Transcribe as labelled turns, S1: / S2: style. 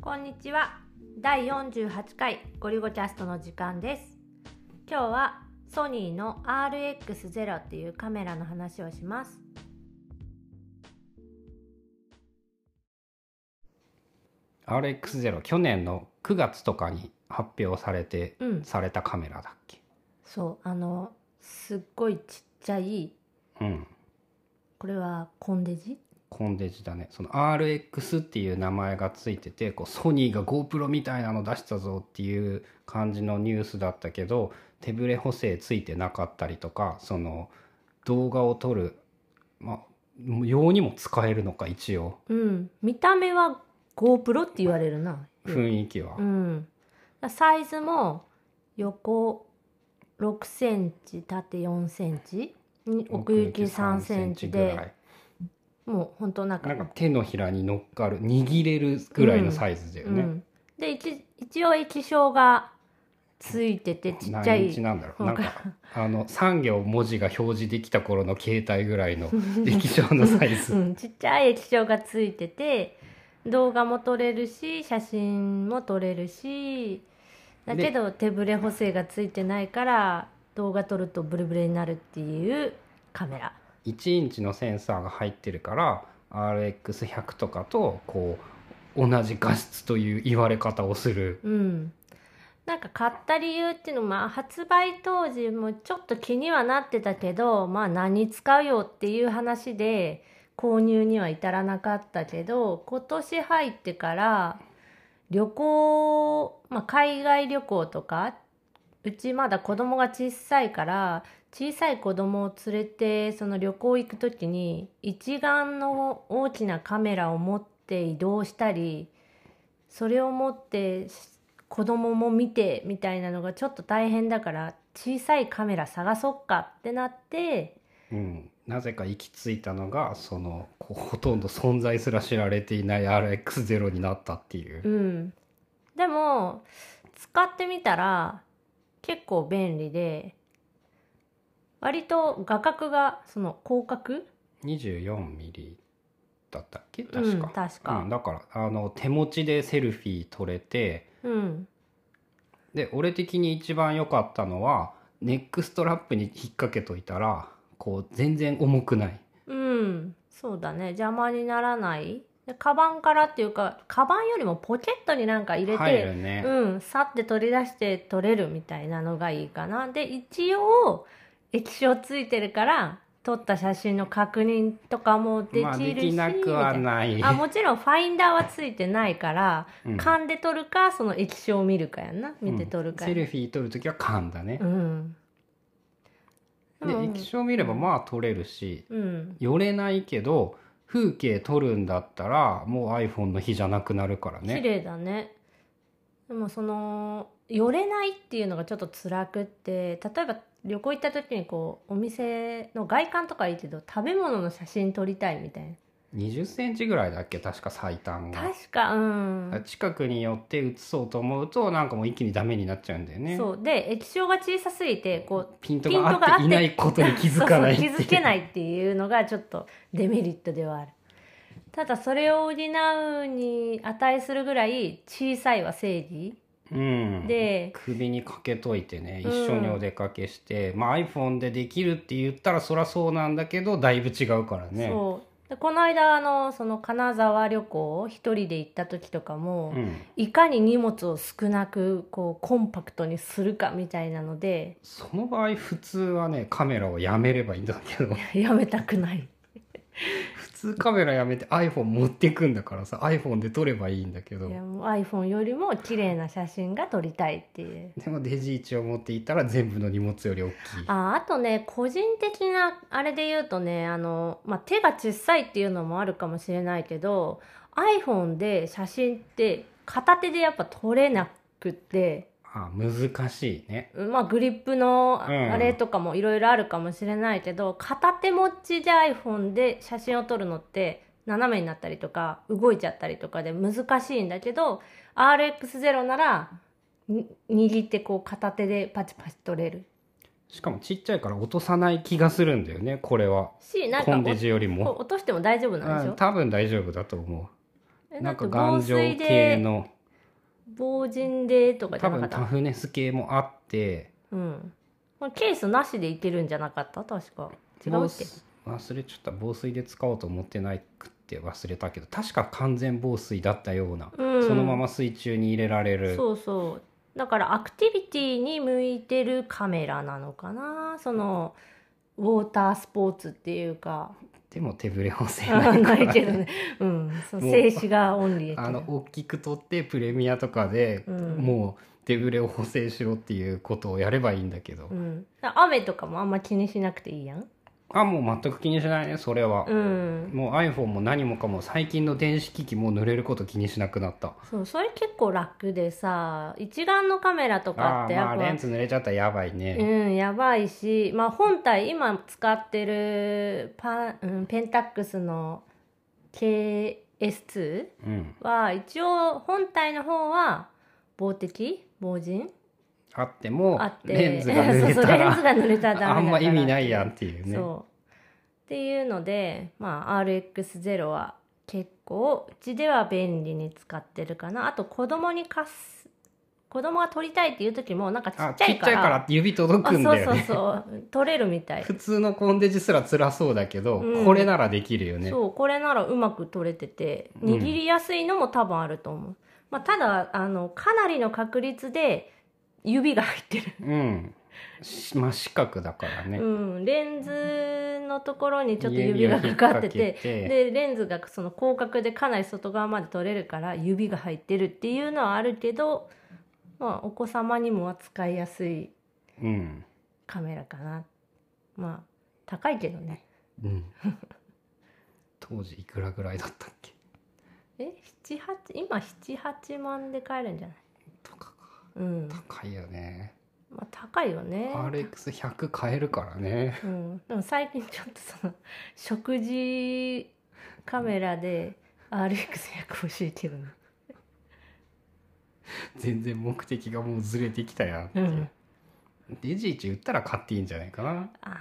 S1: こんにちは第48回ゴリゴキャストの時間です今日はソニーの RX0 っていうカメラの話をします
S2: う RX0 去年の9月とかに発表されて、
S1: うん
S2: されたカメラだっけ
S1: そうあのすっごいちっちゃい
S2: うん
S1: これはコンデジ
S2: コンデジだねその RX っていう名前がついててこうソニーが GoPro みたいなの出したぞっていう感じのニュースだったけど手ブレ補正ついてなかったりとかその動画を撮る、まあ、ようにも使えるのか一応
S1: うん見た目は GoPro って言われるな
S2: 雰囲気は、
S1: うん、サイズも横6センチ縦4センチに奥行き3センチ
S2: ぐら
S1: で
S2: い
S1: もうほんとなんか
S2: なんか手のひらに乗っかる握れるぐらいのサイズだよ
S1: う
S2: ね、
S1: ん、で一一応液晶がついててちっちゃ
S2: 何イン
S1: い
S2: チなんだろうな
S1: わ
S2: ん
S1: か
S2: かあの3行文字が表示できた頃の携帯ぐらいの液晶のサイズ、
S1: うん、ちっちゃい液晶がついてて動画も撮れるし写真も撮れるしだけど手ブレ補正がついてないから動画撮るとブレブレになるっていうカメラ。
S2: 1インチのセンサーが入ってるから RX100 とかとこう同じ画質という言われ方をする
S1: うん、なんか買った理由っていうのはまあ発売当時もちょっと気にはなってたけどまあ何使うよっていう話で購入には至らなかったけど今年入ってから旅行、まあ、海外旅行とかうちまだ子供が小さいから小さい子供を連れてその旅行行く時に一眼の大きなカメラを持って移動したりそれを持ってし子供も見てみたいなのがちょっと大変だから小さいカメラ探そっかってなって
S2: うん、なぜか行き着いたのがそのこうほとんど存在すら知られていない RX0 になったっていう
S1: う、んでも使ってみたら結構便利で割と画角がその広角
S2: 24mm だったっけ
S1: う
S2: 確
S1: ん
S2: か,、
S1: 確か
S2: うんだからあの手持ちでセルフィー撮れて
S1: うん
S2: で俺的に一番良かったのはネックストラップに引っ掛けといたらこう全然重くない
S1: うん、そうだね。邪魔にならない。で、カバンからっていうか、カバンよりもポケットになんか入れ
S2: 入
S1: て、
S2: るね、
S1: うん、さって取り出して取れるみたいなのがいいかな。で、一応、液晶ついてるから、撮った写真の確認とかもで
S2: まあ、
S1: き
S2: で
S1: る
S2: き
S1: し、
S2: なくはない
S1: みたいなあ、もちろんファインダーはついてないから、
S2: うん
S1: 勘で撮るか、その液晶を見るかやんな。見て撮るか
S2: うんセ
S1: や
S2: ルフィー撮るときは缶だね
S1: う、ん。で
S2: で
S1: も
S2: 液晶見ればまあ撮れるし
S1: うん。
S2: 寄れないけど風景撮るんだったらもう iPhone の日じゃなくなるから
S1: 綺
S2: ね
S1: 麗だねでもその寄れないっていうのがちょっと辛くって例えば旅行行った時にこうお店の外観とかいいけど食べ物の写真撮りたいみたい
S2: 2 0ンチぐらいだっけ確か最短
S1: な
S2: が
S1: 確かうん
S2: 近くに寄って写そうと思うとなんかもう一気にダメになっちゃうんだよね
S1: そうで液晶が小さすぎてこう
S2: ピントが合っていないことに気づかないってい
S1: そううそう気づけないっていうのがちょっとデメリットではあるただそれを補うに値するぐらい小さいは正義
S2: うん、
S1: で
S2: 首にかけといてね
S1: うん
S2: 一緒にお出かけして、まあ、iPhone でできるって言ったらそりゃそうなんだけどだいぶ違うからね
S1: そうでこの間あのその金沢旅行を一人で行った時とかも、
S2: うん、
S1: いかに荷物を少なくこうコンパクトにするかみたいなので
S2: その場合普通はねカメラをやめればいいんだけど
S1: やめたくない
S2: 普通カメラやめて iPhone 持ってくんだからさ iPhone で撮ればいいんだけど
S1: いやもう iPhone よりも綺麗な写真が撮りたいっていう
S2: でもデジイチを持っていったら全部の荷物より大きい
S1: ああとね個人的なあれで言うとねあの、まあ、手が小さいっていうのもあるかもしれないけど iPhone で写真って片手でやっぱ撮れなくって。
S2: あ難しいね
S1: まあ、グリップのあ
S2: うん
S1: あれとかもいろいろあるかもしれないけど、片手持ちで iPhone で写真を撮るのって斜めになったりとか動いちゃったりとかで難しいんだけど RX0 ならに握ってこう片手でパチパチ撮れる
S2: しかもちっちゃいから落とさない気がするんだよねこれは
S1: しなん
S2: コ
S1: か
S2: ンデジより
S1: お
S2: も
S1: 落としても大丈夫なんでし
S2: う
S1: ょ
S2: ん、多分大丈夫だと思う
S1: え
S2: なんか
S1: だって
S2: 頑丈系の
S1: 防塵でとかじ
S2: 多
S1: ゃなか
S2: 分
S1: っ
S2: タ
S1: た
S2: フネス系もあって
S1: うんこれケースなしでいけるんじゃなかった確か違う
S2: 防
S1: っけ
S2: 水忘れちゃった防水で使おうと思ってないくって忘れたけど確か完全防水だったような、
S1: うん
S2: そのまま水中に入れられる
S1: そうそうだからアクティビティに向いてるカメラなのかなそのウォータースポーツっていう か
S2: でも手ぶれ補正ないから
S1: ないけどね、うん、そう
S2: もう
S1: 静止画オンリー
S2: あ
S1: や
S2: の
S1: けど
S2: 大きく取ってプレミアとかで、
S1: うん
S2: もう手ぶれを補正しろっていうことをやればいいんだけど、
S1: うん、だから雨とかもあんま気にしなくていいやん、
S2: あもう全く気にしないねそれは
S1: う、ん、
S2: もう iPhone も何もかも最近の電子機器もう濡れること気にしなくなった
S1: そうそれ結構楽でさ一眼のカメラとかっ
S2: あー
S1: て
S2: ま
S1: や
S2: あ
S1: っぱ、
S2: レンズ濡れちゃったらやばいね、
S1: うんやばいし、まあ、本体今使ってるパ、うん、ペンタックスの KS2
S2: うん、
S1: は一応本体の方は防滴防塵
S2: あっても
S1: あって
S2: レンズが濡 れ
S1: そう
S2: た
S1: そうレンズ
S2: ら
S1: が濡れたらダメだから
S2: あんま意味ないやんっていうね
S1: そうっていうので、まあ、RX0 は結構うちでは便利に使ってるかなあと子供に貸す子供が撮りたいっていう時もなんかち
S2: あ
S1: っち
S2: ち
S1: ゃ
S2: っ
S1: い
S2: ち
S1: か
S2: ゃいから
S1: ら
S2: って指届くんだよね
S1: あそうそうそう撮れるみたい
S2: 普通のコンデジすら辛そうだけど、
S1: うん
S2: これならできるよね
S1: そうこれならうまく取れてて
S2: うん
S1: 握りやすいのも多分あると思う、まあ、ただあのかなりの確率で指が入ってる、
S2: うんし真四角だからね、
S1: うん、レンズのところにちょっと
S2: 指
S1: 指
S2: を
S1: がかかってて
S2: 引っ掛けて
S1: でレンズがその広角でかなり外側まで取れるから指が入ってるっていうのはあるけど、まあ、お子様にもは使いやすい
S2: うん
S1: カメラかなまあ高いけどね
S2: うん当時いくらぐらいだったっけ
S1: え七八今78万で買えるんじゃない
S2: とか
S1: うん
S2: 高いよね
S1: まあ、高いよね、
S2: RX100 買えるからね
S1: うん、でも最近ちょっとその 食事カメラで RX100 欲しいけどね
S2: 全然目的がもうずれてきたやんって、
S1: うん
S2: デジイチ売ったら買っていいんじゃないかな
S1: あ